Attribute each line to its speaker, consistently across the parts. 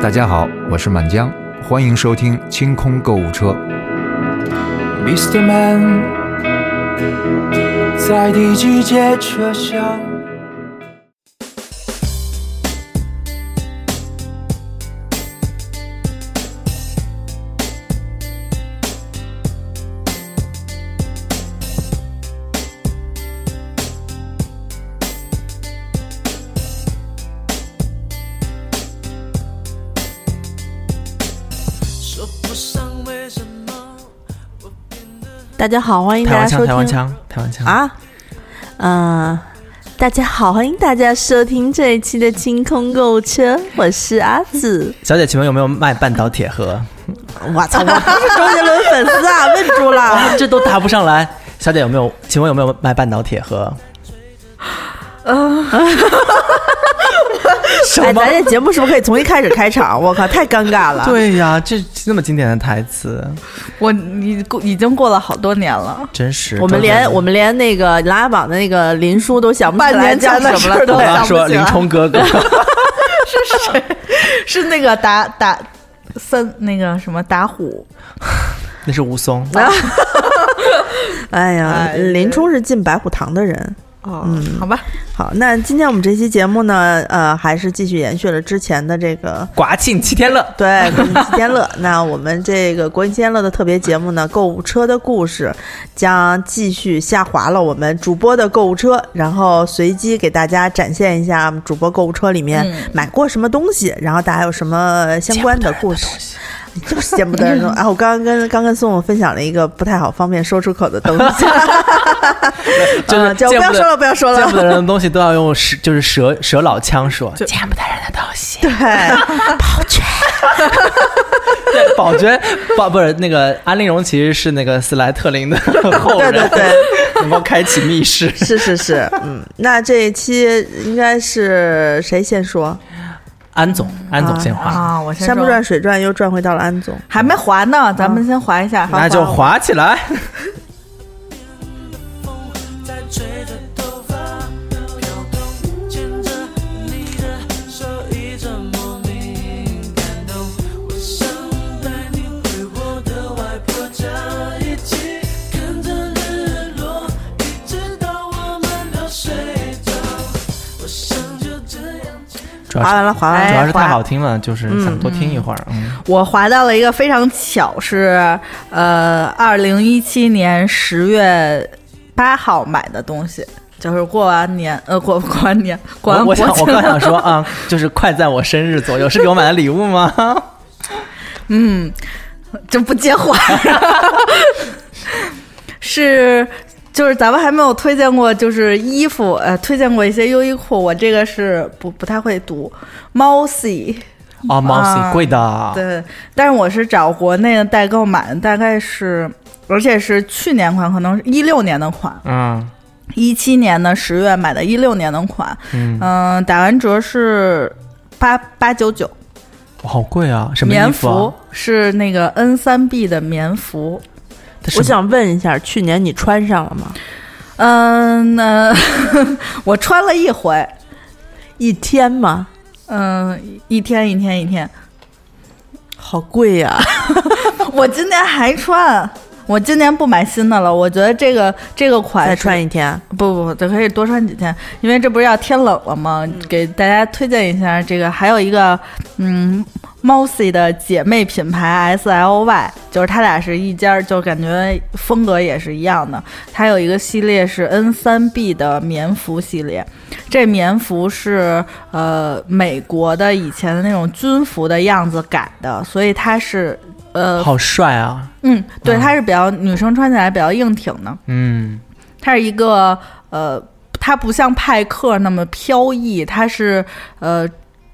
Speaker 1: 大家好，我是满江，欢迎收听清空购物车。
Speaker 2: Mr. Man，在第几节车厢？
Speaker 3: 说不上为什么，我变得
Speaker 4: 大家好，欢迎
Speaker 5: 台
Speaker 4: 大家
Speaker 5: 湾腔，
Speaker 4: 收
Speaker 5: 台湾
Speaker 4: 听
Speaker 5: 腔，台湾腔！
Speaker 4: 啊，嗯、大家好，欢迎大家收听这一期的清空购物车，我是阿 紫，
Speaker 5: 小姐，请问有没有卖半岛铁盒？
Speaker 4: 我操，我不是周杰伦粉丝啊， 问住了，
Speaker 5: 这都答不上来。小姐有没有？请问有没有卖半岛铁盒？什
Speaker 4: 哎，
Speaker 5: 么
Speaker 4: 咱？这节目是不是可以从一开始开场？我靠，太尴尬了，，
Speaker 5: 对呀，这这么经典的台词，
Speaker 6: 我你过已经过了好多年了，
Speaker 5: 真实。
Speaker 4: 我们连
Speaker 5: 周杰伦
Speaker 4: 我们连那个琅琊榜的那个林叔都想不起
Speaker 6: 半
Speaker 4: 来
Speaker 6: 年
Speaker 4: 叫
Speaker 6: 前的
Speaker 4: 什么了，
Speaker 6: 事儿都
Speaker 5: 我刚
Speaker 6: 想
Speaker 5: 刚
Speaker 6: 不
Speaker 5: 说
Speaker 6: 起
Speaker 5: 林
Speaker 6: 来
Speaker 5: 冲哥哥，
Speaker 6: 是那个打打三那个什么打虎，
Speaker 5: 那是吴淞。
Speaker 4: 哎呀，
Speaker 6: 哎
Speaker 4: 林冲是进白虎堂的人。
Speaker 6: 哦，好吧，
Speaker 4: 好，那今天我们这期节目呢，呃，还是继续延续了之前的这个
Speaker 5: 国庆七天乐，
Speaker 4: 对，国庆七天乐。那我们这个国庆七天乐的特别节目呢，购物车的故事将继续下滑了我们主播的购物车，然后随机给大家展现一下主播购物车里面
Speaker 6: 嗯
Speaker 4: 买过什么东西，然后大家有什么相关的故事。就是见不得人的。啊，我刚刚跟刚跟宋总分享了一个不太好方便说出口的东西，
Speaker 5: 就
Speaker 4: 嗯
Speaker 5: 是嗯
Speaker 4: 就不
Speaker 5: 见
Speaker 4: 要
Speaker 5: 不得
Speaker 4: 说了，不要 说
Speaker 5: 见不
Speaker 4: 了。
Speaker 5: 得人的东西都要用舌， 就是舌舌老腔说。
Speaker 4: 对，
Speaker 5: 对，宝娟，宝不是那个安陵容，其实是那个斯莱特林的后
Speaker 4: 对
Speaker 5: 人，
Speaker 4: 对对。
Speaker 5: 能够开启密室。
Speaker 4: 是是是，嗯，那这一期应该是谁先说？
Speaker 5: 安总，安总先话。
Speaker 6: 啊，我先
Speaker 4: 山不
Speaker 6: 说
Speaker 4: 转水转，又转回到了安总。
Speaker 6: 还没划呢，咱们先划一下，
Speaker 5: 嗯那就滑起来。
Speaker 3: 风在吹着头发飘动，牵着你的手一直莫名感动。我想带你回我的外婆家，一起看着日落，一直到我们都睡着。我想就这样。
Speaker 5: 主
Speaker 4: 划完
Speaker 5: 要是
Speaker 4: 了，划完了。
Speaker 5: 啊主
Speaker 6: 哎
Speaker 5: 要是
Speaker 6: 滑
Speaker 5: 太好听了，就是想多听一会儿。嗯，
Speaker 6: 我划到了一个非常巧，是呃，二零一七年十月八号买的东西，就是过完年，呃，过过完年，过完
Speaker 5: 我
Speaker 6: 国
Speaker 5: 我想我
Speaker 6: 庆，
Speaker 5: 刚想说啊，就是快在我生日左右，是给我买的礼物吗？
Speaker 6: 嗯，这不接话， 是就是咱们还没有推荐过，就是衣服，呃，推荐过一些优衣库，我这个是不不太会读，Mossy，
Speaker 5: 哦，毛
Speaker 6: 啊
Speaker 5: 细贵的，
Speaker 6: 对，但是我是找国内的代购买的，大概是。而且是去年款，可能是一六年的款，
Speaker 5: 嗯
Speaker 6: 一七年的十月买的，一六年的款，
Speaker 5: 嗯，
Speaker 6: 嗯、打完折是八八九九，
Speaker 5: 好贵啊！什么
Speaker 6: 棉
Speaker 5: 衣服
Speaker 6: 服
Speaker 5: 啊？
Speaker 6: 是那个 N 三 B 的棉服，
Speaker 5: 它什
Speaker 4: 我
Speaker 5: 么
Speaker 4: 想问一下，去年你穿上了吗？
Speaker 6: 嗯，那 我穿了一回，
Speaker 4: 一天吗？
Speaker 6: 嗯，一天一天一天，
Speaker 4: 好贵呀、
Speaker 6: 我今年还穿，我今年不买新的了，我觉得这个这个 款
Speaker 4: 再
Speaker 6: 是
Speaker 4: 穿一天，
Speaker 6: 不不不，就可以多穿几天，因为这不是要天冷了吗？
Speaker 5: 嗯
Speaker 6: 给大家推荐一下这个，还有一个嗯，Mossy 的姐妹品牌 S L Y，就是它俩是一家儿，就感觉风格也是一样的。它有一个系列是 N 三 B 的棉服系列，这棉服是呃美国的以前的那种军服的样子改的，所以它是呃
Speaker 5: 好帅啊！
Speaker 6: 嗯，对，
Speaker 5: 嗯
Speaker 6: 它是比较女生穿起来比较硬挺的。
Speaker 5: 嗯，
Speaker 6: 它是一个呃，它不像派克那么飘逸，它是呃，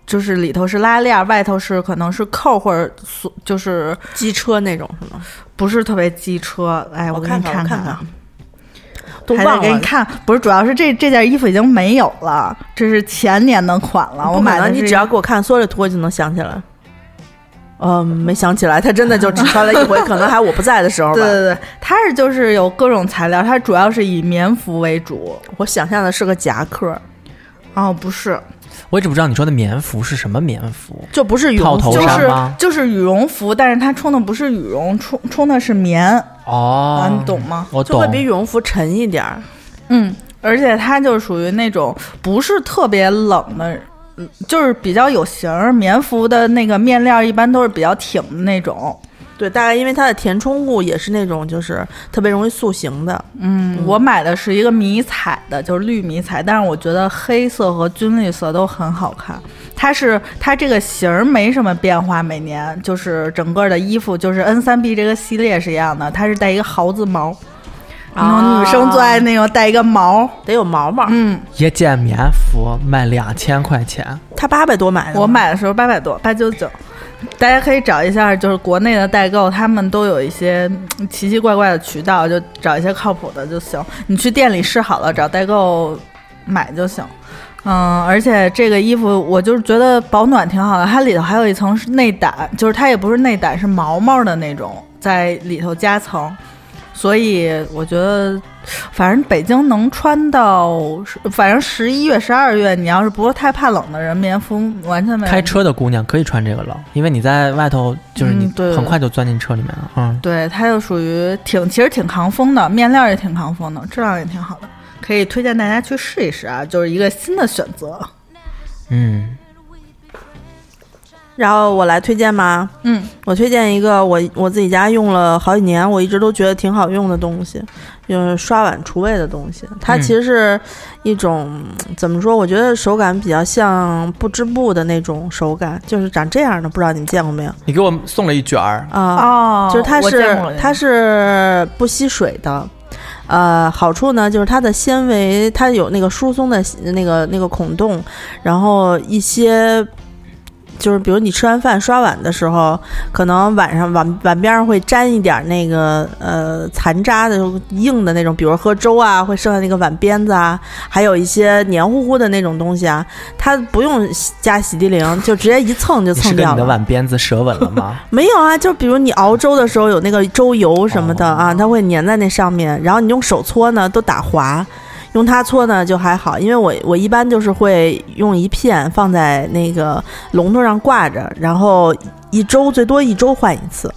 Speaker 6: 就是里头是拉链儿，外头是可能是扣或者锁，就是
Speaker 4: 机车那种是吗？
Speaker 6: 不是特别机车。哎，
Speaker 4: 我
Speaker 6: 给你
Speaker 4: 看看我
Speaker 6: 看
Speaker 4: 看
Speaker 6: 啊。
Speaker 4: 都
Speaker 6: 还
Speaker 4: 忘了
Speaker 6: 得给你看，不是，主要是这这件衣服已经没有了，这是前年的款了。我
Speaker 4: 不可
Speaker 6: 买的
Speaker 4: 能
Speaker 6: 是
Speaker 4: 你只要啊给我看缩略图，我就能想起来。嗯，没想起来，他真的就只穿了一回，可能还我不在的时候吧
Speaker 6: 对。对对，它是就是有各种材料，它主要是以棉服为主。
Speaker 4: 我想象的是个夹克，
Speaker 6: 哦，不是，
Speaker 5: 我一直不知道你说的棉服是什么棉服。
Speaker 4: 就不是羽
Speaker 5: 套
Speaker 4: 绒
Speaker 5: 头
Speaker 4: 服，
Speaker 6: 就
Speaker 5: 纱
Speaker 6: 是
Speaker 5: 吗
Speaker 6: 就是羽绒服，但是它冲的不是羽绒，冲冲的是棉啊，
Speaker 5: 哦
Speaker 6: 你，懂吗？
Speaker 5: 我
Speaker 4: 就
Speaker 5: 懂
Speaker 4: 会。比羽绒服沉一点儿。
Speaker 6: 嗯，而且它就属于那种不是特别冷的，嗯就是比较有型儿。棉服的那个面料一般都是比较挺的那种。
Speaker 4: 对，大概因为它的填充物也是那种就是特别容易塑形的，
Speaker 6: 嗯，我买的是一个迷彩的，就是绿迷彩，但是我觉得黑色和军绿色都很好看。它是它这个型儿没什么变化，每年就是整个的衣服就是 N 三 B 这个系列是一样的，它是带一个毫子毛，然后女生最爱那种带一个毛。
Speaker 4: 得有毛毛。
Speaker 6: 嗯，
Speaker 5: 一件棉服卖两千块钱，
Speaker 4: 它八百多买的，
Speaker 6: 我。买的时候八百多，八九九。大家可以找一下，就是国内的代购，他们都有一些嗯奇奇怪怪的渠道，就找一些靠谱的就行。你去店里试好了，找代购买就行。嗯，而且这个衣服我就是觉得保暖挺好的，它里头还有一层是内胆，就是它也不是内胆，是毛毛的那种，在里头加层。所以我觉得，反正北京能穿到十，反正十一月、十二月，你要是不是太怕冷的人，棉服完全没有
Speaker 5: 开车的姑娘可以穿这个了，因为你在外头就是你
Speaker 6: 嗯对
Speaker 5: 很快就钻进车里面了。嗯，
Speaker 6: 对，它就属于挺，其实挺抗风的，面料也挺抗风的，质量也挺好的，可以推荐大家去试一试啊，就是一个新的选择。
Speaker 5: 嗯，
Speaker 4: 然后我来推荐吗？
Speaker 6: 嗯，
Speaker 4: 我推荐一个我我自己家用了好几年，我一直都觉得挺好用的东西，就是刷碗除味的东西。它
Speaker 5: 嗯
Speaker 4: 其实是一种、怎么说？我觉得手感比较像不织布的那种手感，就是长这样的，不知道你们见过没有
Speaker 5: 你给我送了一卷儿，
Speaker 4: 啊？
Speaker 6: 哦
Speaker 4: 就是它
Speaker 6: 我见
Speaker 4: 是
Speaker 6: 过了
Speaker 4: 它是不吸水的。呃，好处呢就是它的纤维，它有那个疏松的那个那个孔洞，然后一些就是比如你吃完饭刷碗的时候，可能晚上碗碗边上会沾一点那个呃残渣的硬的那种，比如喝粥啊会剩下那个碗边子啊，还有一些黏糊糊的那种东西啊，它不用加洗涤灵，就直接一蹭就
Speaker 5: 你是
Speaker 4: 蹭
Speaker 5: 跟
Speaker 4: 掉
Speaker 5: 你的
Speaker 4: 了。
Speaker 5: 碗边子舌吻了吗？
Speaker 4: 没有啊，就比如你熬粥的时候有那个粥油什么的啊，它会粘在那上面，然后你用手搓呢都打滑，用它搓呢就还好，因为我我一般就是会用一片放在那个笼头上挂着，然后一周最多一周换一次。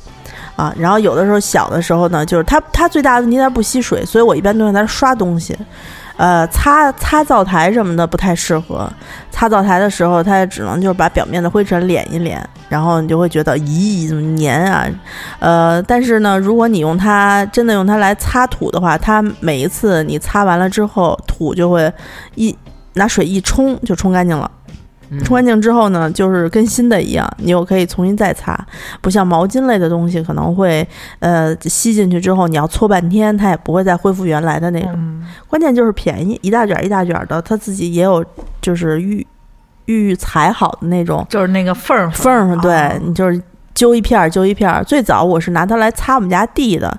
Speaker 4: 啊，然后有的时候小的时候呢，就是它它最大的问题它不吸水，所以我一般都用它刷东西，呃，擦擦灶台什么的不太适合。擦灶台的时候，它也只能就是把表面的灰尘敛一敛，然后你就会觉得咦，怎么粘啊？呃，但是呢，如果你用它真的用它来擦土的话，它每一次你擦完了之后，土就会一拿水一冲就冲干净了。
Speaker 5: 嗯
Speaker 4: 冲干净之后呢，就是跟新的一样，你又可以重新再擦，不像毛巾类的东西可能会，呃，吸进去之后你要搓半天，它也不会再恢复原来的那种。
Speaker 6: 嗯
Speaker 4: 关键就是便宜，一大卷儿一大卷儿的，它自己也有就是预预裁好的那种
Speaker 6: 就是那个缝儿
Speaker 4: 缝儿，对
Speaker 6: 哦
Speaker 4: 你就是揪一片儿揪一片儿。最早我是拿它来擦我们家地的，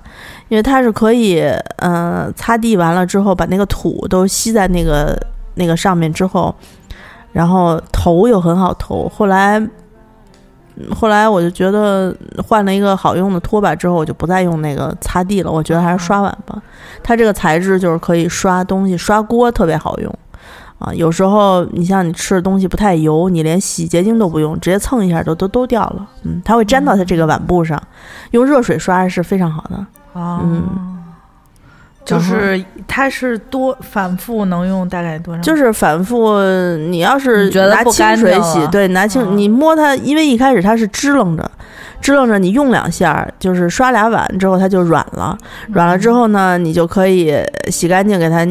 Speaker 4: 因为它是可以，嗯、擦地完了之后把那个土都吸在那个呃那个上面之后，然后头又很好头。后来。嗯后来我就觉得换了一个好用的拖把之后，我就不再用那个擦地了。我觉得还是刷碗吧，它这个材质就是可以刷东西、刷锅，特别好用。啊，有时候你像你吃的东西不太油，你连洗洁精都不用，直接蹭一下都都都掉了。嗯，它会粘到它这个碗布上，用热水刷是非常好的。
Speaker 6: 哦
Speaker 4: 嗯
Speaker 6: 就是它是多反复能用大概多少？
Speaker 4: 就是反复，你要是
Speaker 6: 嗯你觉得
Speaker 4: 拿
Speaker 6: 不
Speaker 4: 清
Speaker 6: 干净
Speaker 4: 水洗
Speaker 6: 了，
Speaker 4: 对，拿清、
Speaker 6: 嗯
Speaker 4: 你摸它，因为一开始它是支棱着，支棱着你用两下儿，就是刷俩碗之后它就软了，
Speaker 6: 嗯
Speaker 4: 软了之后呢，你就可以洗干净，给它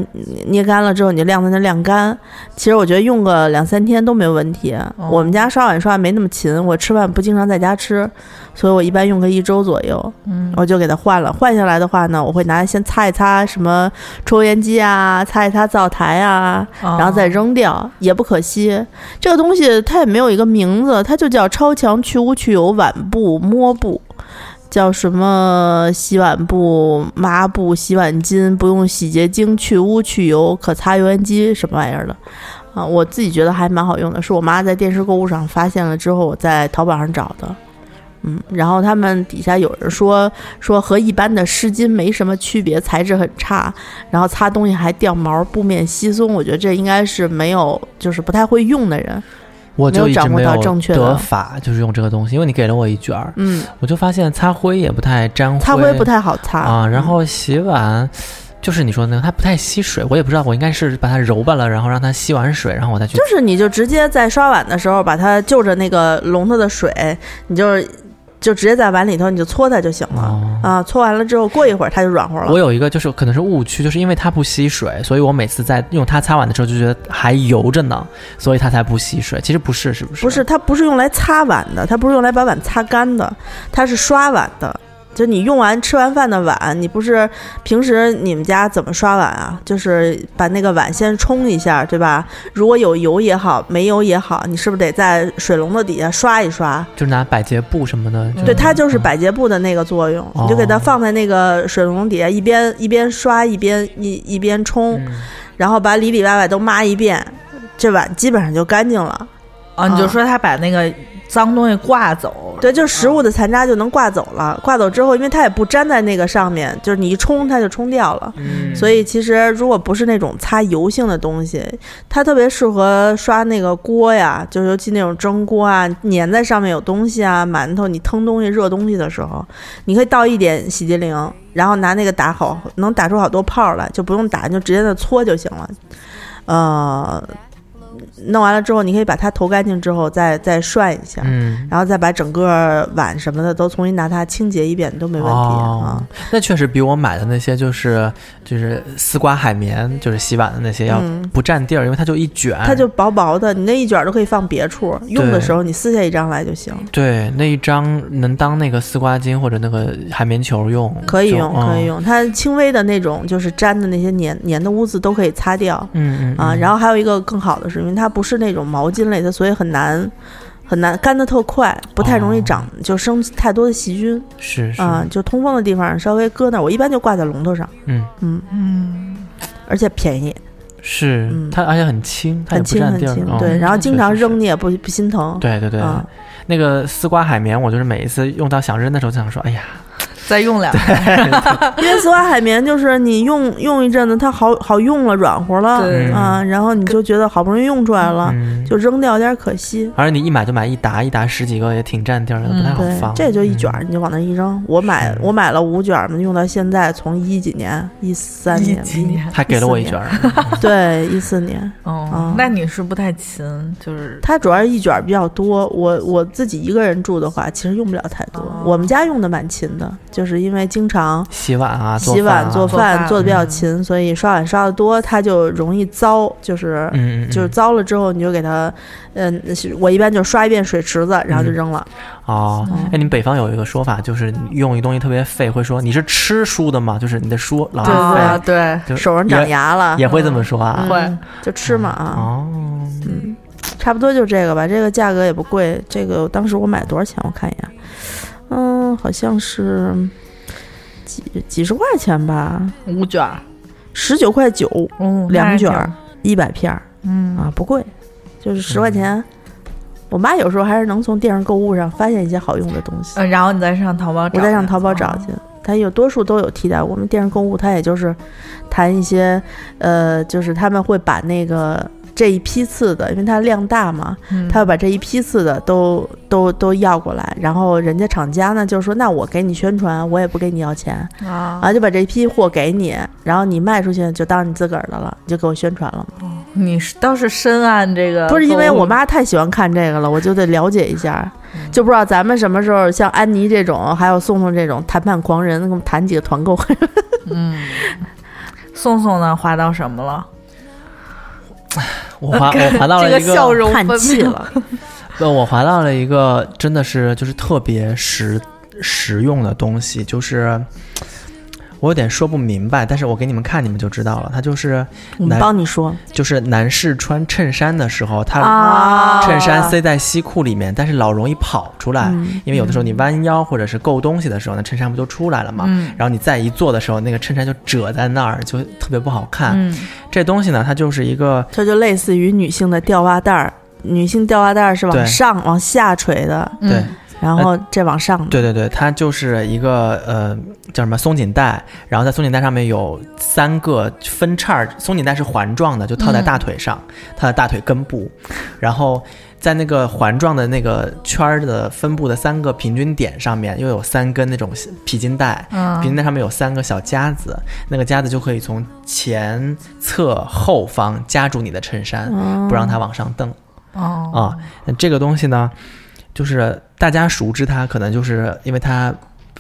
Speaker 4: 捏干了之后你就晾在那晾干。其实我觉得用个两三天都没有问题。
Speaker 6: 哦
Speaker 4: 我们家刷碗刷得没那么勤，我吃饭不经常在家吃，所以我一般用个一周左右。
Speaker 6: 嗯
Speaker 4: 我就给它换了。换下来的话呢，我会拿先擦一擦什么抽油烟机啊，擦一擦灶台啊，
Speaker 6: 哦
Speaker 4: 然后再扔掉，也不可惜。这个东西它也没有一个名字，它就叫超强去污去油碗布、抹布，叫什么洗碗布、抹布、洗碗巾，不用洗洁精，去污去油，可擦油烟机什么玩意儿的。啊，我自己觉得还蛮好用的，是我妈在电视购物上发现了之后，我在淘宝上找的。嗯，然后他们底下有人说说和一般的湿巾没什么区别，材质很差，然后擦东西还掉毛，布面稀松。我觉得这应该是没有，就是不太会用的人。
Speaker 5: 我就一直没
Speaker 4: 没有掌握到
Speaker 5: 有
Speaker 4: 正确的
Speaker 5: 得法，就是用这个东西，因为你给了我一卷儿，
Speaker 4: 嗯，
Speaker 5: 我就发现擦灰也不太沾灰，
Speaker 4: 擦灰不太好嗯擦
Speaker 5: 啊，然后洗碗。就是你说的那个，它不太吸水，我也不知道，我应该是把它揉巴了，然后让它吸完水，然后我再去
Speaker 4: 就是你就直接在刷碗的时候把它就着那个笼子的水，你就是就直接在碗里头你就搓它就行了、
Speaker 5: 哦
Speaker 4: 啊。搓完了之后过一会儿它就软和了
Speaker 5: 我。有一个就是可能是误区，就是因为它不吸水，所以我每次在用它擦碗的时候就觉得还油着呢，所以它才不吸水。其实不是，是不是？
Speaker 4: 不是，，它不是用来擦碗的，它不是用来把碗擦干的，它是刷碗的。就你用完吃完饭的碗，你不是平时你们家怎么刷碗啊？就是把那个碗先冲一下，对吧？如果有油也好，没油也好，你是不是得在水龙头底下刷一刷？
Speaker 5: 就是拿百洁布什么的。
Speaker 4: 对，它就是百洁布的那个作用，你就给它
Speaker 5: 嗯哦
Speaker 4: 放在那个水龙头底下，一边一边刷，一边一一边冲，
Speaker 5: 嗯
Speaker 4: 然后把里里外外都抹一遍，这碗基本上就干净了。
Speaker 6: 啊，你就
Speaker 4: 啊
Speaker 6: 说他把那个脏东西挂走，
Speaker 4: 对，就是食物的残渣就能挂走了。挂走之后，因为它也不粘在那个上面，就是你一冲它就冲掉了。
Speaker 5: 嗯
Speaker 4: 所以其实如果不是那种擦油性的东西，它特别适合刷那个锅呀，就是尤其那种蒸锅啊，粘在上面有东西啊，馒头你腾东西、热东西的时候，你可以倒一点洗洁灵，然后拿那个打好，能打出好多泡来，就不用打，你就直接的搓就行了。呃，弄完了之后，你可以把它投干净之后再再涮一下。
Speaker 5: 嗯，
Speaker 4: 然后再把整个碗什么的都重新拿它清洁一遍都没问题、啊
Speaker 5: 哦，那确实比我买的那些就是就是丝瓜海绵，就是洗碗的那些要哎
Speaker 4: 嗯
Speaker 5: 不占地儿，因为它就一卷，
Speaker 4: 啊。它就薄薄的，你那一卷儿都可以放别处，用的时候你撕下一张来就行，
Speaker 5: 对那一张能当那个丝瓜巾或者那个海绵球用，
Speaker 4: 可以
Speaker 5: 就
Speaker 4: 用，可以。
Speaker 5: 嗯
Speaker 4: 用。它轻微的那种就是粘的那些粘粘的污渍都可以擦掉
Speaker 5: 嗯嗯
Speaker 4: 啊。
Speaker 5: 嗯
Speaker 4: 然后还有一个更好的是，因为它不是那种毛巾类的，所以很难很难干的特快，不太容易
Speaker 5: 哦
Speaker 4: 长、就生太多的细菌
Speaker 5: 是是
Speaker 4: 啊。就通风的地方稍微搁那儿，我一般就挂在笼头上，
Speaker 5: 嗯
Speaker 4: 而且便宜，
Speaker 5: 是
Speaker 4: 嗯
Speaker 5: 它，而且很轻，它也
Speaker 4: 很
Speaker 5: 不
Speaker 4: 轻
Speaker 5: 占
Speaker 4: 很
Speaker 5: 地儿
Speaker 4: 轻。，
Speaker 5: 嗯
Speaker 4: 对，然后
Speaker 5: 是
Speaker 4: 经
Speaker 5: 是
Speaker 4: 常
Speaker 5: 是
Speaker 4: 扔你也不不心疼。
Speaker 5: 对对对，
Speaker 4: 啊。
Speaker 5: 那个丝瓜海绵，我就是每一次用到想扔的时候，就想说，哎呀，
Speaker 6: 再用两个，
Speaker 4: 因为丝瓜海绵就是你用用一阵子，它好好用了，软和了，
Speaker 6: 对
Speaker 4: 啊，然后你就觉得好不容易用出来了，啊
Speaker 5: 嗯，
Speaker 4: 就扔掉有点可惜。
Speaker 5: 而且你一买就买一沓，一沓十几个也挺占地儿的，不太好
Speaker 4: 嗯
Speaker 5: 嗯
Speaker 4: 对
Speaker 5: 放。，
Speaker 4: 这就一卷儿，你就往那一扔。我买我买了五卷儿嘛，用到现在，从一几年，一三年，
Speaker 6: 几年
Speaker 5: 嗯，还给了我一
Speaker 4: 14
Speaker 5: 卷儿，
Speaker 4: 对，一四年。
Speaker 6: 哦
Speaker 4: 啊，
Speaker 6: 那你是不太勤，就是
Speaker 4: 它主要是一卷儿比较多，我我自己一个人住的话，其实用不了太多。
Speaker 6: 哦
Speaker 4: 我们家用的蛮勤的，就是因为经常
Speaker 5: 洗碗啊，
Speaker 4: 洗碗、
Speaker 5: 做
Speaker 4: 做
Speaker 5: 饭啊
Speaker 4: 饭
Speaker 6: 做
Speaker 4: 做的比较
Speaker 6: 饭
Speaker 4: 勤，所以刷碗刷的多，它就容易糟，就是
Speaker 5: 嗯，嗯嗯
Speaker 4: 就是糟了之后你就给它，嗯，我一般就刷一遍水池子，
Speaker 5: 嗯
Speaker 4: 然后就扔了。
Speaker 5: 哦，
Speaker 4: 嗯
Speaker 5: 哎，你们北方有一个说法，就是你用一东西特别废，会说你是吃书的吗？就是你的书老
Speaker 4: 对
Speaker 5: 是
Speaker 6: 啊，
Speaker 5: 废，
Speaker 6: 对，
Speaker 5: 就
Speaker 4: 手上长牙了，
Speaker 5: 也会这么说啊
Speaker 4: 嗯。
Speaker 6: 会
Speaker 4: 就吃嘛啊，
Speaker 5: 哦，
Speaker 4: 差不多就这个吧。这个价格也不贵，这个当时我买多少钱？我看一眼，嗯，好像是几几十块钱吧，
Speaker 6: 五卷儿，
Speaker 4: 十九块九，
Speaker 6: 嗯，
Speaker 4: 两卷
Speaker 6: 那还
Speaker 4: 儿
Speaker 6: 挺，
Speaker 4: 一百片儿
Speaker 6: 嗯，
Speaker 4: 啊，不贵，就是十块钱。我妈有时候还是能从电商购物上发现一些好用的东西。
Speaker 6: 嗯，然后你再上淘宝找，
Speaker 4: 我再上淘宝找
Speaker 6: 哦
Speaker 4: 去。它有多数都有替代。我们电视购物，它也就是谈一些，呃，就是他们会把那个这一批次的，因为它量大嘛，
Speaker 6: 嗯
Speaker 4: 他会把这一批次的都都都要过来，然后人家厂家呢就说，那我给你宣传，我也不给你要钱，
Speaker 6: 啊，
Speaker 4: 啊，就把这一批货给你，然后你卖出去就当你自个儿的了，你就给我宣传了嘛。
Speaker 6: 你是倒是深谙这个购
Speaker 4: 不
Speaker 6: 物，
Speaker 4: 是因为我妈太喜欢看这个了，我就得了解一下，就不知道咱们什么时候像安妮这种，还有宋宋这种谈判狂人，跟我们谈几个 团购。
Speaker 6: 宋宋呢花到什么了？
Speaker 5: 我滑我滑到了
Speaker 6: 这
Speaker 5: 一个
Speaker 6: 笑容
Speaker 4: 叹气了，
Speaker 5: 那我滑到了一个真的是就是特别实实用的东西，就是我有点说不明白，但是我给你们看，你们就知道了。它就是
Speaker 4: 我们
Speaker 5: 男
Speaker 4: 帮你说
Speaker 5: 就是男士穿衬衫的时候，他
Speaker 4: 啊
Speaker 5: 衬衫塞在西裤里面，但是老容易跑出来，
Speaker 4: 嗯
Speaker 5: 因为有的时候你弯腰或者是够东西的时候，那衬衫不就出来了嘛？
Speaker 6: 嗯
Speaker 5: 然后你再一坐的时候，那个衬衫就褶在那儿，就特别不好看。
Speaker 6: 嗯，
Speaker 5: 这东西呢，它就是一个
Speaker 4: 这就类似于女性的吊袜带儿，女性吊袜带儿是
Speaker 5: 对
Speaker 4: 往上往下垂的，
Speaker 5: 对
Speaker 6: 嗯，
Speaker 4: 然后再往上，
Speaker 5: 对对对，它就是一个呃叫什么松紧带，然后在松紧带上面有三个分叉儿，松紧带是环状的，就
Speaker 6: 嗯
Speaker 5: 套在大腿上，它的大腿根部，然后在那个环状的那个圈儿的分布的三个平均点上面又有三根那种皮筋带，
Speaker 6: 嗯
Speaker 5: 平均带上面有三个小夹子，那个夹子就可以从前侧后方夹住你的衬衫，不让它往上蹬。
Speaker 6: 嗯哦
Speaker 5: 啊、那这个东西呢，就是大家熟知它，可能就是因为它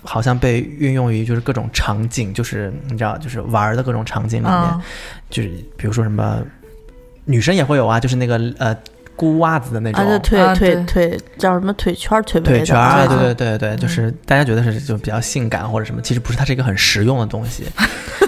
Speaker 5: 好像被运用于就是各种场景，就是你知道，就是玩儿的各种场景里面，
Speaker 6: 嗯
Speaker 5: 就是比如说什么女生也会有啊，就是那个呃箍袜子的那种。
Speaker 4: 啊，就腿
Speaker 6: 啊
Speaker 4: 腿
Speaker 6: 对
Speaker 4: 腿叫什么腿圈儿腿围
Speaker 5: 腿
Speaker 4: 的
Speaker 5: 圈儿，
Speaker 4: 啊
Speaker 5: 哎对对对对，就是大家觉得是就比较性感或者什么，其实不是，它是一个很实用的东 西，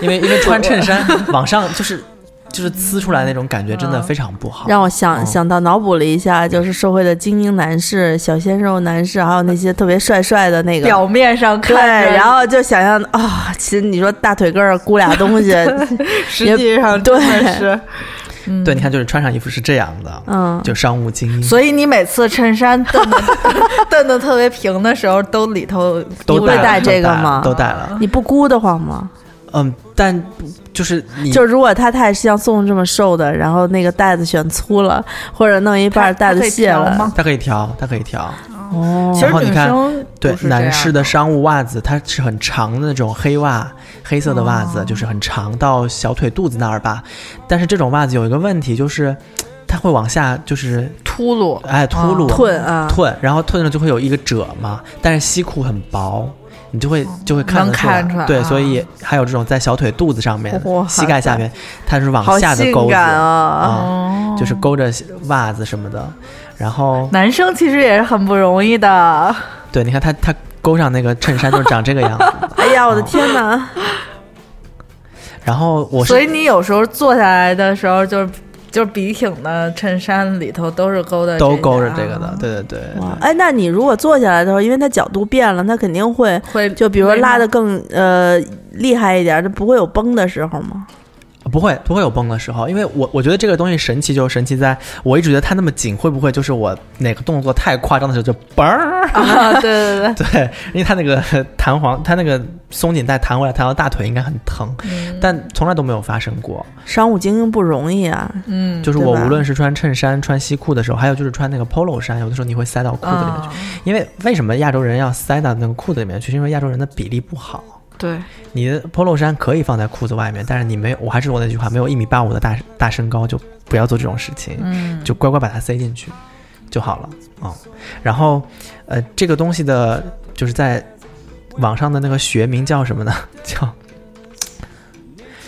Speaker 5: 因为因为穿衬衫往上就是就是呲出来那种感觉，真的非常不好。
Speaker 4: 嗯让我想
Speaker 5: 嗯
Speaker 4: 想到脑补了一下，就是社会的精英男士、小鲜肉男士，还有那些特别帅帅的那个
Speaker 6: 表面上看
Speaker 4: 对，
Speaker 6: 着，
Speaker 4: 然后就想象啊、其实你说大腿根儿箍 俩东西，
Speaker 6: 实际上真的是，
Speaker 5: 对，你看，就是穿上衣服是这样的，
Speaker 4: 嗯
Speaker 5: 就商务精英，
Speaker 6: 所以你每次衬 衫蹬的蹬的特别平的时候，兜里头
Speaker 5: 都
Speaker 4: 会
Speaker 5: 了
Speaker 4: 戴
Speaker 5: 都
Speaker 4: 这个
Speaker 5: 戴了
Speaker 4: 吗
Speaker 5: 都戴了，
Speaker 4: 你不箍得慌吗？
Speaker 5: 嗯，但就是你
Speaker 4: 就如果他太像宋这么瘦的，然后那个带子选粗了，或者弄一半儿
Speaker 6: 它
Speaker 4: 带
Speaker 6: 它
Speaker 4: 子
Speaker 6: 可以
Speaker 4: 卸
Speaker 6: 调
Speaker 4: 了
Speaker 6: 吗，
Speaker 5: 它可以调，它可以调，
Speaker 4: 哦，
Speaker 6: 其实
Speaker 5: 然后
Speaker 6: 女
Speaker 5: 你看
Speaker 6: 生
Speaker 5: 对
Speaker 6: 不是这样
Speaker 5: 男士的商务袜子，它是很长的那种黑袜，黑色的袜
Speaker 6: 哦
Speaker 5: 子，就是很长到小腿肚子那儿吧。但是这种袜子有一个问题，就是它会往下，就是
Speaker 6: 秃噜，
Speaker 5: 哎秃
Speaker 6: 哦
Speaker 5: 噜、
Speaker 4: 褪
Speaker 6: 嗯
Speaker 4: 啊，
Speaker 5: 褪，然后褪了就会有一个褶嘛。但是西裤很薄，你就会就会看得
Speaker 6: 哦能看出来
Speaker 5: 对，
Speaker 6: 啊
Speaker 5: 所以还有这种在小腿肚子上面
Speaker 4: 哇、
Speaker 5: 膝盖下面，它是往
Speaker 4: 好
Speaker 5: 下的
Speaker 4: 性
Speaker 5: 钩子
Speaker 4: 感
Speaker 6: 呃
Speaker 4: 啊！
Speaker 5: 啊，就是勾着袜子什么的。然后，
Speaker 6: 男生其实也是很不容易的。
Speaker 5: 对，你看他他勾上那个衬衫就是长这个样子。
Speaker 4: 哎呀，我的天哪！
Speaker 5: 然后我
Speaker 6: 所
Speaker 5: 是
Speaker 6: 以你有时候坐下来的时候就，就是笔挺的衬衫里头都是勾的，
Speaker 5: 都勾着这
Speaker 6: 啊
Speaker 5: 个的，，对对对。
Speaker 4: 哇，哎，那你如果坐下来的时候，因为它角度变了，它肯定会
Speaker 6: 会
Speaker 4: 就比如说
Speaker 6: 会吗
Speaker 4: 拉的更呃厉害一点，它不会有崩的时候吗？
Speaker 5: 不会，不会有崩的时候，因为我我觉得这个东西神奇就神奇在，我一直觉得它那么紧，会不会就是我哪个动作太夸张的时候就嘣儿？
Speaker 6: 啊，对对对，
Speaker 5: 对，因为它那个弹簧，它那个松紧带弹回来弹到大腿应该很疼，但从来都没有发生过。
Speaker 4: 商务精英不容易啊，
Speaker 6: 嗯，
Speaker 5: 就是
Speaker 4: 对
Speaker 5: 我
Speaker 4: 吧
Speaker 5: 无论是穿衬衫、穿西裤的时候，还有就是穿那个 polo 衫，有的时候你会塞到裤子里面去。
Speaker 6: 啊
Speaker 5: 因为为什么亚洲人要塞到那个裤子里面去？是因为亚洲人的比例不好。
Speaker 6: 对，
Speaker 5: 你的 polo 衫可以放在裤子外面，但是你没有，我还是我那句话，没有一米八五的大大身高就不要做这种事情，
Speaker 6: 嗯，
Speaker 5: 就乖乖把它塞进去就好了啊、然后，呃，这个东西的就是在网上的那个学名叫什么呢？ 叫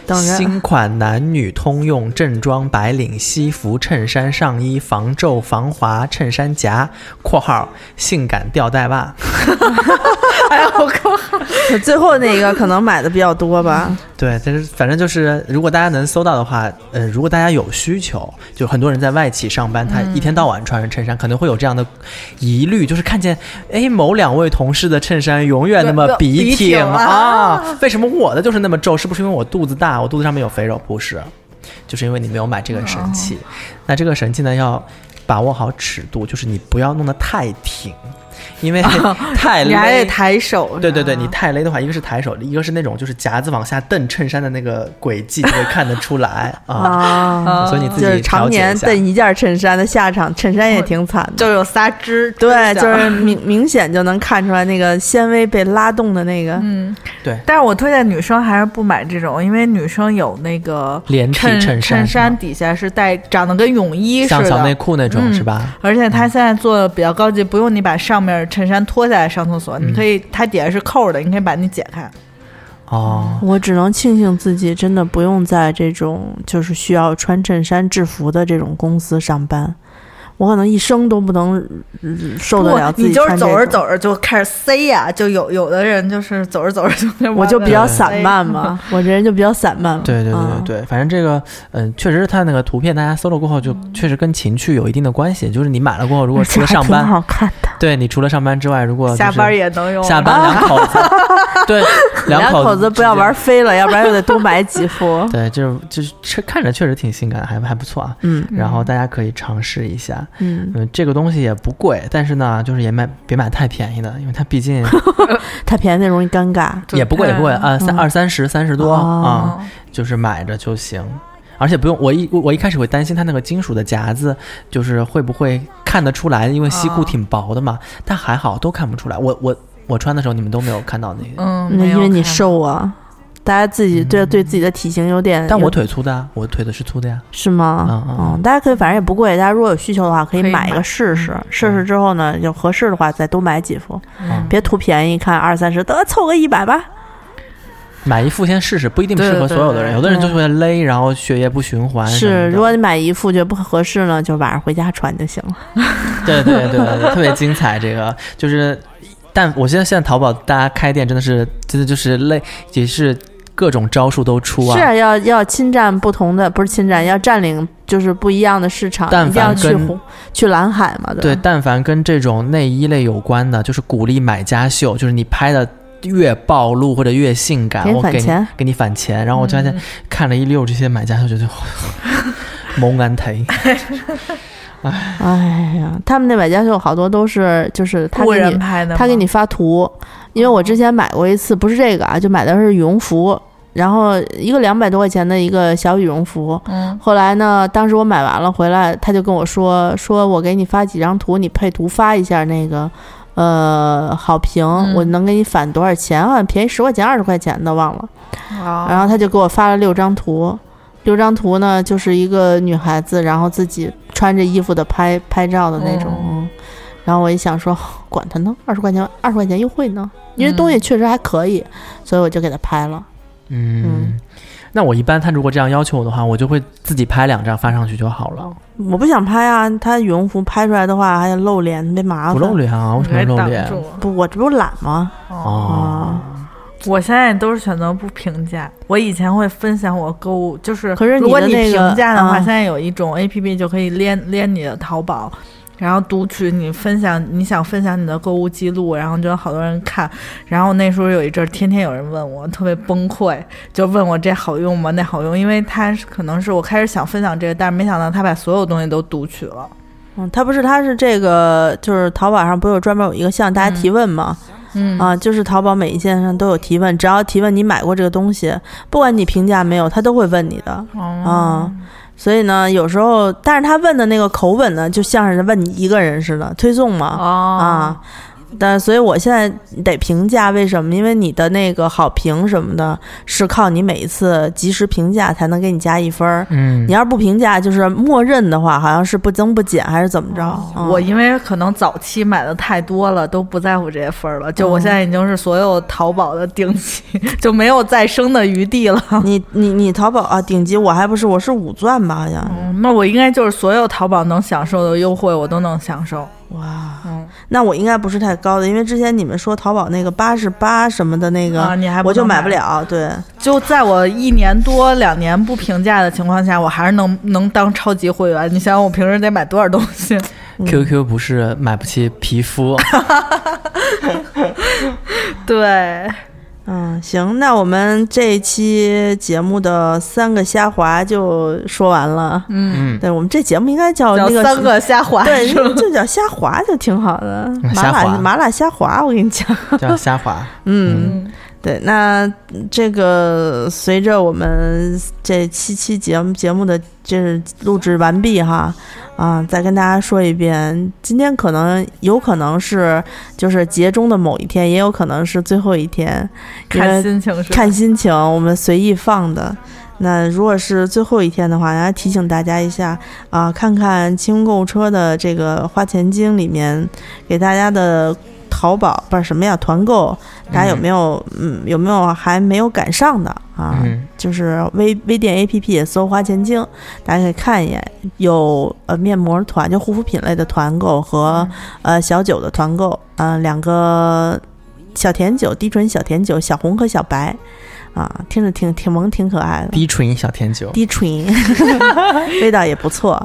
Speaker 4: 等着
Speaker 5: 新款男女通用正装白领西服衬衫上衣防皱防滑衬衫夹（括号性感吊带袜
Speaker 6: 哎呦，我 靠，
Speaker 4: 最后那个可能买的比较多 吧，）。
Speaker 5: 对，但是反正就是，如果大家能搜到的话，呃，如果大家有需求，就很多人在外企上班，他一天到晚穿着衬衫，可能会有这样的疑虑，就是看见哎某两位同事的衬衫永远那么
Speaker 6: 对对笔挺啊
Speaker 5: 啊，为什么我的就是那么皱？是不是因为我肚子大，我肚子上面有肥肉？不是，就是因为你没有买这个神器。
Speaker 6: 哦
Speaker 5: 那这个神器呢，要把握好尺度，就是你不要弄得太挺，因 为太
Speaker 6: 你还得
Speaker 4: 哎
Speaker 5: 勒。
Speaker 6: 抬手是吧，
Speaker 5: 对对
Speaker 4: 啊
Speaker 5: 对，你太勒的话，一个是抬手，一个是那种就是夹子往下蹬衬衫的那个轨迹，就会看得出 来啊。
Speaker 4: 啊，
Speaker 5: 所以你
Speaker 4: 就
Speaker 5: 自己
Speaker 4: 是常
Speaker 5: 调节
Speaker 4: 年
Speaker 5: 一下
Speaker 4: 蹬一件衬衫的下场，衬衫也挺惨的。
Speaker 6: 就有仨枝，
Speaker 4: 对，就是明明显就能看出来那个纤维被拉动的那个，
Speaker 6: 嗯
Speaker 5: 对，
Speaker 6: 但是我推荐女生还是不买这种，因为女生有那个
Speaker 5: 连体
Speaker 6: 衬
Speaker 5: 衬衫是吗
Speaker 6: 衫底下是带长得跟泳衣似
Speaker 5: 像小内
Speaker 6: 的，
Speaker 5: 裤那种、
Speaker 6: 嗯
Speaker 5: 是吧？
Speaker 6: 而且它现在做的比较高级，不用你把上面衬衫脱下来上厕所，
Speaker 5: 嗯
Speaker 6: 你可以它底下是扣的，你可以把你解开。
Speaker 5: 哦，
Speaker 4: 我只能庆幸自己真的不用在这种就是需要穿衬衫制服的这种公司上班，我可能一生都不能、呃受得
Speaker 6: 不
Speaker 4: 了自
Speaker 6: 你
Speaker 4: 己
Speaker 6: 就
Speaker 4: 穿
Speaker 6: 是
Speaker 4: 这
Speaker 6: 走着
Speaker 4: 种。
Speaker 6: 走着就开始塞呀、就有有的人就是走着走着 就
Speaker 4: 我就比较
Speaker 5: 对
Speaker 4: 散漫 嘛，我这人就比较散漫嘛。
Speaker 5: 对对对
Speaker 4: 嗯
Speaker 5: 对对，反正这个，嗯、确实是它那个
Speaker 4: 嗯
Speaker 5: 图片，大家搜了过后，就确实跟情趣有一定的关系。就是你买了过后，如 果
Speaker 4: 而
Speaker 5: 除
Speaker 4: 且
Speaker 5: 了
Speaker 4: 还
Speaker 5: 上
Speaker 4: 挺
Speaker 5: 班，
Speaker 4: 好看的。
Speaker 5: 对你除了上班之外，如果就是
Speaker 6: 下班也能用。啊
Speaker 5: 下班两口 子，对
Speaker 4: 两
Speaker 5: 口。
Speaker 4: 口子不要玩飞了，要不然又得多买几副
Speaker 5: 对，就是就是确看着确实挺性感的，还还不错啊。
Speaker 4: 嗯
Speaker 5: 然后大家可以尝试一下，
Speaker 4: 嗯，
Speaker 5: 嗯，这个东西也不贵，但是呢，就是也买别买太便宜的，因为它毕 竟
Speaker 4: 太便宜那容易尴尬。
Speaker 5: 也不贵，也不贵啊，三二三十、三十多啊、
Speaker 4: 嗯哦
Speaker 5: 就是买着就行。而且不用，我一我一开始会担心它那个金属的夹子，就是会不会看得出来，因为西
Speaker 4: 哦
Speaker 5: 裤挺薄的嘛，但还好都看不出来。我我我穿的时候你们都没有看到那个，
Speaker 6: 嗯，
Speaker 4: 那
Speaker 6: 没有
Speaker 4: 因为你
Speaker 6: 看
Speaker 4: 瘦啊，大家自己对对自己的体型有点，
Speaker 5: 嗯但我
Speaker 4: 有
Speaker 5: 腿粗的啊，我腿的是粗的呀。
Speaker 4: 是吗？
Speaker 5: 嗯嗯嗯
Speaker 4: 大家可以，反正也不贵，大家如果有需求的话，可以
Speaker 6: 可以
Speaker 4: 买一
Speaker 6: 买嗯
Speaker 4: 个试试。试试之后呢，有合适的话再多买几副，
Speaker 5: 嗯
Speaker 4: 别图便宜，看二三十，得凑个一百吧。
Speaker 5: 买一副先试试，不一定
Speaker 6: 对
Speaker 5: 适合
Speaker 6: 对
Speaker 5: 所有的人。
Speaker 6: 对
Speaker 5: 有的人就
Speaker 4: 对
Speaker 5: 会勒，然后血液不循环什么的。
Speaker 4: 是，如果你买一副觉得不合适呢，就晚上回家穿就行了。
Speaker 5: 对对对对，对特别精彩。这个就是，但我现在现在淘宝大家开店真的是真的就是累，也是各种招数都出啊。
Speaker 4: 是要要侵占不同的，不是侵占，要占领就是不一样的市场，
Speaker 5: 但
Speaker 4: 一定要
Speaker 5: 凡
Speaker 4: 去
Speaker 5: 跟
Speaker 4: 红去蓝海嘛，
Speaker 5: 对，
Speaker 4: 吧？
Speaker 5: 但凡跟这种内衣类有关的，就是鼓励买家秀，就是你拍的越暴露或者越性感，
Speaker 4: 给你
Speaker 5: 我
Speaker 4: 返
Speaker 5: 给你
Speaker 4: 钱嗯
Speaker 5: 给你返钱。然后我就发现看了一溜这些买家秀，觉得 蒙安忒。
Speaker 4: 哎呀，他们那百家秀好多都是就是他
Speaker 6: 雇
Speaker 4: 给
Speaker 6: 人
Speaker 4: 你
Speaker 6: 拍的吗，
Speaker 4: 他给你发图，因为我之前买过一次，不是这个啊，就买的是羽绒服，然后一个两百多块钱的一个小羽绒服。
Speaker 6: 嗯，
Speaker 4: 后来呢，当时我买完了回来，他就跟我说，说我给你发几张图，你配图发一下那个。呃，好评，
Speaker 6: 嗯
Speaker 4: 我能给你返多少钱？好像便宜十块钱、二十块钱的，忘了。
Speaker 6: 然
Speaker 4: 然后他就给我发了六张图，六张图呢就是一个女孩子，然后自己穿着衣服的拍拍照的那种。嗯然后我一想说，管他呢，二十块钱二十块钱优惠呢，因为东西确实还可以，所以我就给他拍了。
Speaker 5: 嗯
Speaker 4: 嗯，
Speaker 5: 那我一般他如果这样要求我的话，我就会自己拍两张发上去就好了，
Speaker 4: 我不想拍啊，他羽绒服拍出来的话还得露脸，没麻烦。
Speaker 5: 不露，脸啊？为什么
Speaker 6: 还
Speaker 5: 露
Speaker 6: 挡
Speaker 5: 脸？
Speaker 6: 住
Speaker 4: 不，我这不是懒吗？
Speaker 6: 哦，
Speaker 5: 哦，
Speaker 6: 我现在都是选择不评价。我以前会分享我购物，就是
Speaker 4: 可是你的
Speaker 6: 如果你
Speaker 4: 那个
Speaker 6: 评价的话，
Speaker 4: 嗯
Speaker 6: 现在有一种 A P P 就可以连连你的淘宝。然后读取你分享你想分享你的购物记录，然后就有好多人看。然后那时候有一阵儿，天天有人问我，特别崩溃，就问我这好用吗？那好用，因为他是可能是我开始想分享这个，但是没想到他把所有东西都读取了。
Speaker 4: 嗯，他不是，他是这个，就是淘宝上不是有专门有一个向大家提问吗？
Speaker 6: 嗯
Speaker 4: 啊，就是淘宝每一件上都有提问，只要提问你买过这个东西，不管你评价没有，他都会问你的
Speaker 6: 嗯
Speaker 4: 啊。所以呢，有时候，但是他问的那个口吻呢，就像是问你一个人似的，推送嘛、
Speaker 6: 哦
Speaker 4: 啊。但所以我现在得评价，为什么？因为你的那个好评什么的，是靠你每一次及时评价才能给你加一分儿。
Speaker 5: 嗯
Speaker 4: 你，要是不评价，就是默认的话，好像是不增不减还是怎么着？嗯
Speaker 6: 哦我因为可能早期买的太多了，都不在乎这些分儿了。就我现在已经是所有淘宝的顶级， 就没有再生的余地了。
Speaker 4: 啊你你你淘宝啊，顶级我还不是，我是五钻吧，好像。
Speaker 6: 嗯那我应该就是所有淘宝能享受的优惠，我都能享受。
Speaker 4: 哇，
Speaker 6: 嗯
Speaker 4: 那我应该不是太高的，因为之前你们说淘宝那个八十八什么的那个，
Speaker 6: 啊你还不
Speaker 4: 我就
Speaker 6: 能
Speaker 4: 买
Speaker 6: 买
Speaker 4: 不了。对，
Speaker 6: 就在我一年多两年不评价的情况下，我还是能能当超级会员。你想想，我平时得买多少东西？
Speaker 5: QQ 不是买不起皮肤，
Speaker 6: 对，
Speaker 4: 嗯，行，那我们这一期节目的三个虾滑就说完了。
Speaker 5: 嗯，
Speaker 4: 对我们这节目应该叫
Speaker 6: 叫
Speaker 4: 那个
Speaker 6: 三哦个虾滑
Speaker 4: 对，
Speaker 6: 是吧
Speaker 4: 就叫虾滑就挺好的，麻
Speaker 5: 虾
Speaker 4: 辣
Speaker 5: 滑
Speaker 4: 麻辣虾滑，我跟你讲，
Speaker 5: 叫虾 滑。
Speaker 4: 嗯。
Speaker 6: 嗯
Speaker 4: 对，那这个随着我们这七期节目节目的就是录制完毕哈，啊，再跟大家说一遍，今天可能有可能是就是节中的某一天，也有可能是最后一天，因为
Speaker 6: 看心情是吧。
Speaker 4: 看心情，我们随意放的。那如果是最后一天的话，来提醒大家一下啊、看看清购物车的这个花钱精里面给大家的淘宝不是什么呀团购，大家有没有嗯有没有还没有赶上的啊？
Speaker 5: 嗯
Speaker 4: 就是微微店 APP 也搜花钱精，大家可以看一眼，有呃面膜团就护肤品类的团购和、呃小酒的团购，嗯、两个小甜酒，低醇小甜酒，小红和小白，啊，听着挺挺萌，挺可爱的，
Speaker 5: 低醇小甜酒，
Speaker 4: 低醇，味道也不错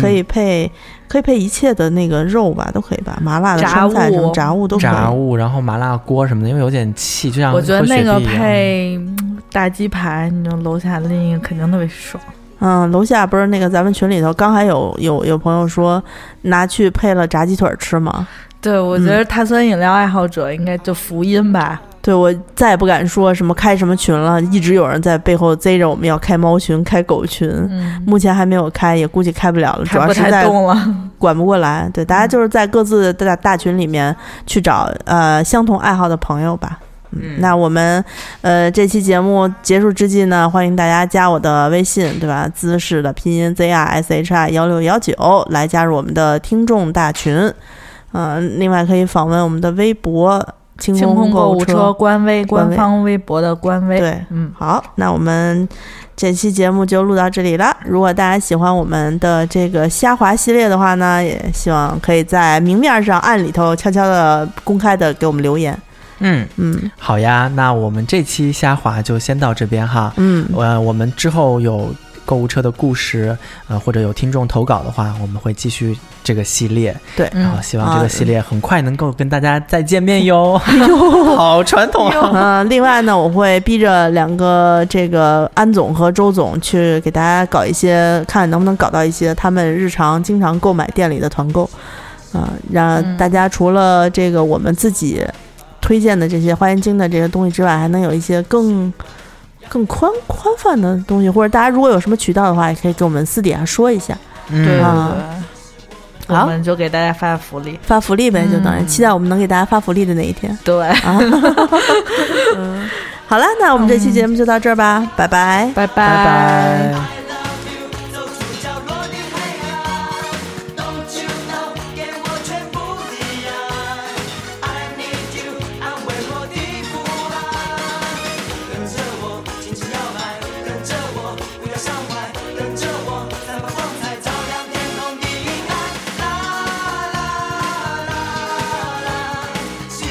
Speaker 4: 可
Speaker 5: 嗯
Speaker 4: 以配可以配一切的那个肉吧，都可以吧，麻辣的
Speaker 6: 炸
Speaker 4: 川菜什么
Speaker 6: 物
Speaker 4: 炸物都可
Speaker 5: 炸
Speaker 4: 以。
Speaker 5: 物，然后麻辣锅什么的，因为有点气，就像
Speaker 6: 我觉得
Speaker 5: 喝雪
Speaker 6: 那个
Speaker 5: 碧一样
Speaker 6: 配嗯大鸡排，你就楼下拎一个肯定特别爽。
Speaker 4: 嗯，楼下不是那个咱们群里头刚还有有有朋友说拿去配了炸鸡腿儿吃吗？
Speaker 6: 对，我觉得碳酸饮料爱好者应该就福音吧。
Speaker 4: 对我再也不敢说什么开什么群了，一直有人在背后贼着我们要开猫群、开狗群。
Speaker 6: 嗯，
Speaker 4: 目前还没有开，也估计开不了了，主
Speaker 6: 看
Speaker 4: 要
Speaker 6: 不
Speaker 4: 是
Speaker 6: 太
Speaker 4: 在
Speaker 6: 动嗯了。
Speaker 4: 管不过来。对，大家就是在各自的大大群里面去找呃相同爱好的朋友吧。嗯，那我们呃这期节目结束之际呢，欢迎大家加我的微信，对吧？姿势的拼音 z r s h i 幺六幺九来加入我们的听众大群。嗯、另外可以访问我们的微博“清
Speaker 6: 清空
Speaker 4: 购
Speaker 6: 购物车官微、
Speaker 4: 官
Speaker 6: 官
Speaker 4: 微
Speaker 6: 方微博的官微。
Speaker 4: 对，
Speaker 6: 嗯，
Speaker 4: 好，那我们这期节目就录到这里了。如果大家喜欢我们的这个虾滑系列的话呢，也希望可以在明面上、暗里头悄悄的、公开的给我们留言。
Speaker 5: 嗯，
Speaker 4: 嗯
Speaker 5: 好呀，那我们这期虾滑就先到这边哈。
Speaker 4: 嗯，
Speaker 5: 呃，我们之后有购物车的故事，呃，或者有听众投稿的话，我们会继续这个系列。
Speaker 4: 对
Speaker 5: 然后
Speaker 6: 嗯
Speaker 5: 希望这
Speaker 4: 啊
Speaker 5: 个系列很快能够跟大家再见面哟。
Speaker 6: 哎
Speaker 5: 好传统啊！
Speaker 4: 呃，另外呢，我会逼着两个这个安总和周总去给大家搞一些，看能不能搞到一些他们日常经常购买店里的团购，啊、让
Speaker 6: 嗯
Speaker 4: 大家除了这个我们自己推荐的这些花园精的这些东西之外，还能有一些更更宽宽泛的东西，或者大家如果有什么渠道的话，也可以给我们私底下说一下，
Speaker 6: 对对
Speaker 5: 嗯，
Speaker 4: 啊
Speaker 6: 对，我
Speaker 4: 好
Speaker 6: 们就给大家发福利。
Speaker 4: 发福利呗，就等于
Speaker 6: 嗯
Speaker 4: 期待我们能给大家发福利的那一天
Speaker 6: 对，
Speaker 4: 啊。嗯好了，那我们这期节目就到这儿吧，拜拜。
Speaker 6: 拜
Speaker 5: 拜拜。
Speaker 3: 走出角落的黑暗，Don't you know，给我全部的爱，I need you，安慰我的不安。跟着我，尽情摇摆，跟着我，不要伤怀，跟着我，散发光彩，照亮天空的阴暗。啦啦啦啦，尽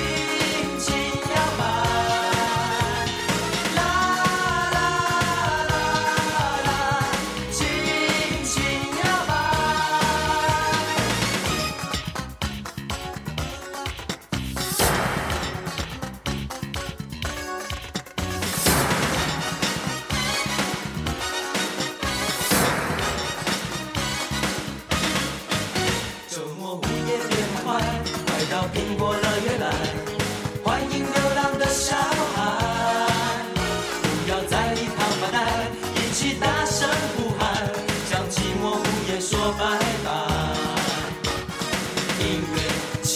Speaker 3: 情摇摆。啦啦啦啦。轻轻摇摆。周末午夜变快，快到苹果乐园来，欢迎流浪的小孩。不要在一旁发呆，一起大声呼喊，向寂寞午夜说拜拜。音乐轻